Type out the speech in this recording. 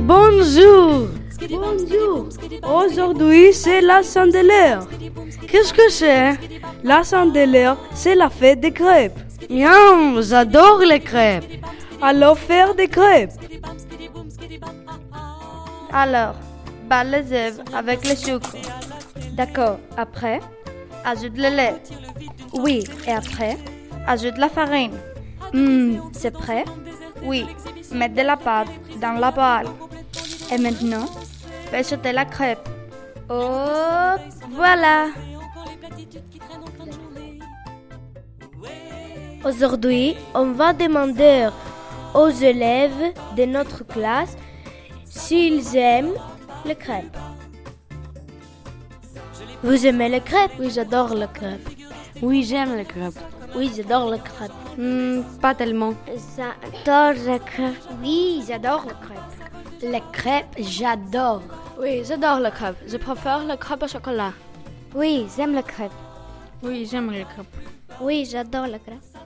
Bonjour Bonjour Aujourd'hui, c'est la Saint-Delaire. Qu'est-ce que c'est hein? La Saint-Delaire, c'est la fête des crêpes. Miam, j'adore les crêpes. Alors, faire des crêpes. Alors, bat les œufs avec le sucre. D'accord, après Ajoute le lait. Oui, et après Ajoute la farine. Hmm, c'est prêt Oui. Mets de la pâte dans la poêle. Et maintenant bah, Fais sauter la crêpe. Oh, voilà Aujourd'hui, on va demander aux élèves de notre classe s'ils aiment les crêpes. Vous aimez les crêpes Oui, j'adore les crêpes. Oui, j'aime les crêpes. Oui, j'adore les crêpes. Hmm, pas tellement. J'adore les crêpes. Oui, j'adore les crêpes. Les crêpes, j'adore. Oui, j'adore les crêpes. Je préfère les crêpes au chocolat. Oui, j'aime les crêpes. Oui, j'aime les crêpes. Oui, j'adore les crêpes.